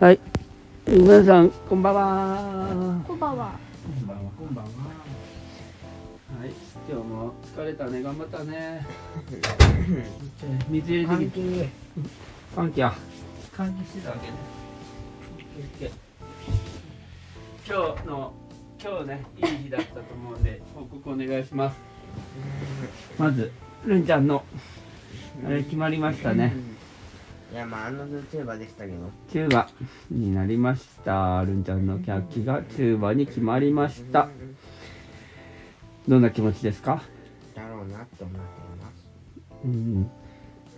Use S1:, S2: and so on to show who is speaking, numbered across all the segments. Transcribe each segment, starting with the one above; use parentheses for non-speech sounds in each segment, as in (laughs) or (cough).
S1: はい。皆さん、こんばんは。
S2: こんばんは。
S1: こんばんは。こんばんは。はい。今日も疲れたね。頑張った (laughs) ね。水入れてきて。換気や。換気してたわけね。今日の、今日ね、いい日だったと思うん (laughs) で、報告お願いします。まず、るんちゃんの、あれ決まりましたね。
S3: いやまああの YouTuber でしたけど
S1: チューバになりましたルンちゃんのキャッキがチューバに決まりましたどんな気持ちですか
S3: だろうなって思っています
S1: うん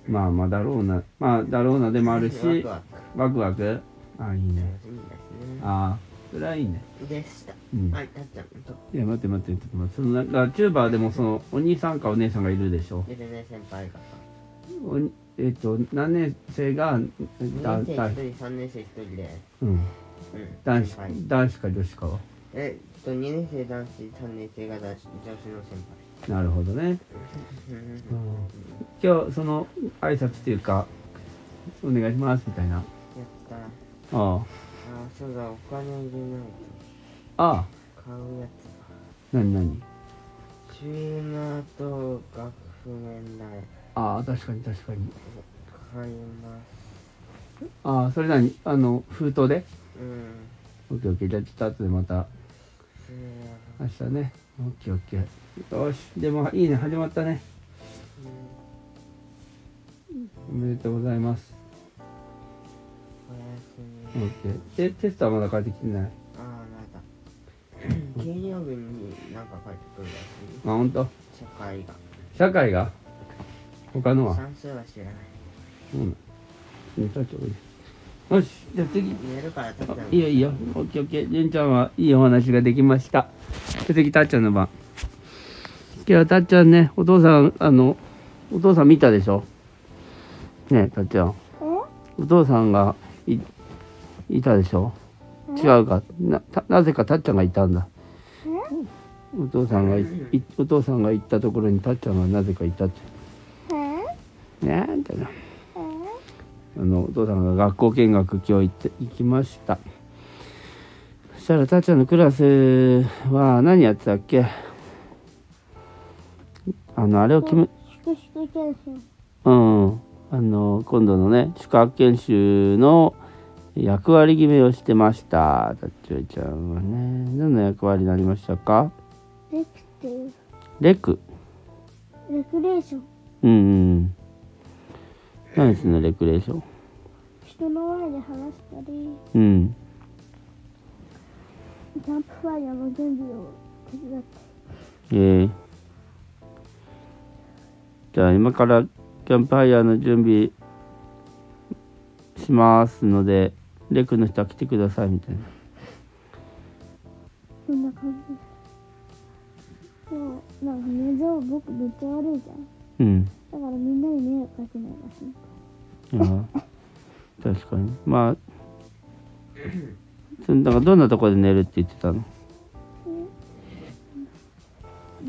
S1: まあまあだろうなまあだろうなでもあるし
S3: ワクワク
S1: ワクワクあいいね
S3: 楽しみですね
S1: ああそれはいいね
S3: でした
S1: うん
S3: はいたっちゃんと
S1: いや待って待ってちょっと待ってそのなんかチューバーでもそのお兄さんかお姉さんがいるでしょ
S3: ゆでね先輩方
S1: おにえっ、と何年生がだ
S3: 2年
S1: だ
S3: 生1人3年生1人で
S1: うん
S3: うん
S1: 男子
S3: 先輩
S1: 男子か女子かは
S3: えっと2年生男子3年生が男子女子の先
S1: なるほどね
S3: 輩うん
S1: 今日その挨拶というか「お願いします」みたいな
S3: やったあ
S1: あ
S3: あそうだお金入れない
S1: あああ
S3: と買うやつ
S1: 何何
S3: チューナーと楽譜面代
S1: ああ確かに確かに
S3: 買いま
S1: ああそれ何あの封筒です
S3: うん
S1: オッケーオッケーじゃあちょっと後でまた
S3: チューナー
S1: 明日ねオッケーオッケーよしでもいいね始まったね
S3: うん
S1: おめでとうございます
S3: おやす
S1: オ
S3: み、
S1: ッケーでテストはまだ帰ってきてない
S3: ああまだ金曜日になんか書いてくるらしい
S1: あ本当
S3: 社会が
S1: 社会が他のは
S3: 算数は知らない
S1: そうなんうんちょっと多いよしじゃあ次
S3: 寝るからたっちゃん
S1: いいよいいよ。オッケーオッケー。純ちゃんはいいお話ができました。次、たっちゃんの番。今日たっちゃんね、お父さん、あの、お父さん見たでしょねえ、たっちゃん。お父さんがい、いたでしょ違うか。な、たなぜかたっちゃんがいたんだ。お父さんがい、いお父さんが行ったところにたっちゃんがなぜかいたって。ねえ、みたいな。あのお父さんが学校見学今日行って行きましたそしたらたっちゃんのクラスは何やってたっけあのあれを決め
S2: 宿宿検診。
S1: うんあの今度のね宿泊研修の役割決めをしてましたたっちゅいちゃんはね何の役割になりましたか
S2: レクっていう。
S1: レク
S2: レクレーション。
S1: うんうん何するのレクレーション
S2: 人の前で話したり、
S1: うん
S2: キャンプファイヤーの準備を手伝って。
S1: ええじゃあ今からキャンプファイヤーの準備しますのでレクの人は来てくださいみたいな
S2: そんな感じ。でも、なんか寝相僕めっちゃ悪いじゃん。
S1: うん
S2: だからみんなに迷惑かけないらしい。
S1: ああ確かにまあそのだからどんなとこで寝るって言ってたの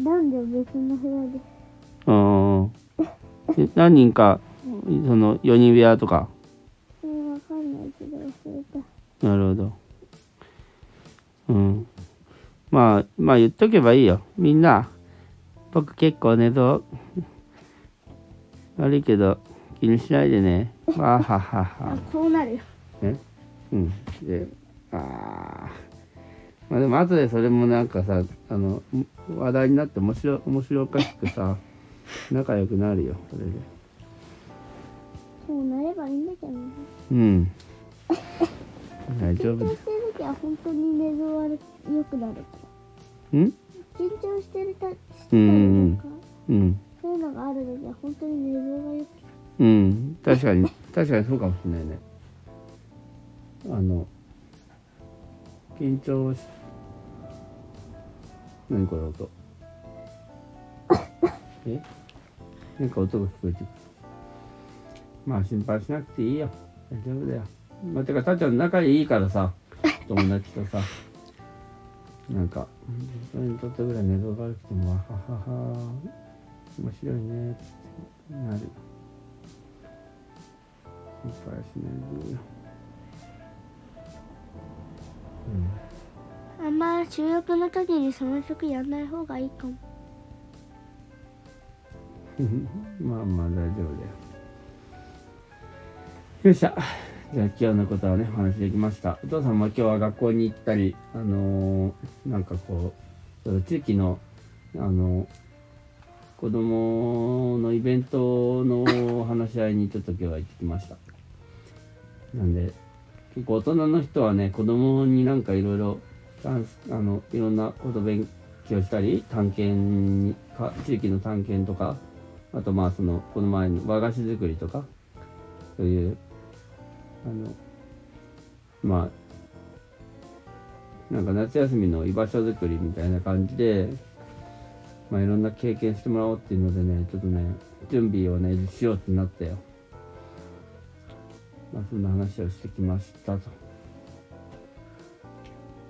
S2: なんで別の部屋で。
S1: うんで何人かその4人部屋とか
S2: えー、わかんないけど忘れた。
S1: なるほど。うん。まあ、まあ言っとけばいいよ。みんな、僕結構寝相 (laughs) 悪いけど気にしないでね。わははは。、
S2: こうなるよ。
S1: うん。で、ああ。まあでも後でそれもなんかさ、あの、話題になって面白面白おかしくさ、仲良くなるよ、それで。
S2: こうなればいいんだけどね。
S1: うん。大丈夫
S2: 緊張
S1: だ
S2: してる時は本当に寝相悪く良くなるから。
S1: うん
S2: 緊張してるた
S1: う
S2: してたり
S1: ん
S2: とか
S1: うん。
S2: そういうのがあるので本当に寝相がよく
S1: うん確かに確かにそうかもしれないねあの緊張し何これ音えなんか音が聞こえてくるまあ心配しなくていいよ大丈夫だよまあ、てかたっちゃん仲いいからさ友達とさなんかそれにとってぐらい寝相が悪くてもわははは面白いねっつってなる心配しないでいいよ
S2: 収録の時にその曲やんない方がいいかも。
S1: まあまあ大丈夫だよ。よっしゃ。じゃあ今日のことはね、お話できました。お父さんも今日は学校に行ったり、あのーなんかこう、その地域の、あの子供のイベントの話し合いにちょっと今日は行ってきました。なんで、結構大人の人はね、子供になんかいろいろ、ダンスあの、いろんなこと勉強したり、探検にか、地域の探検とか、あとまあそのこの前の和菓子作りとかそういうあのまあなんか夏休みの居場所作りみたいな感じでまあいろんな経験してもらおうっていうのでねちょっとね準備をねしようってなったよまあそんな話をしてきましたと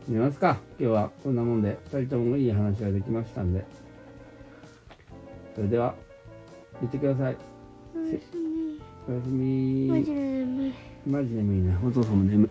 S1: 寝ますか今日はこんなもんで2人ともいい話ができましたんでそれでは言ってください
S2: おやすみ。
S1: おやす
S2: マジ
S1: み
S2: で眠い。
S1: マジ眠いなお父さんも眠い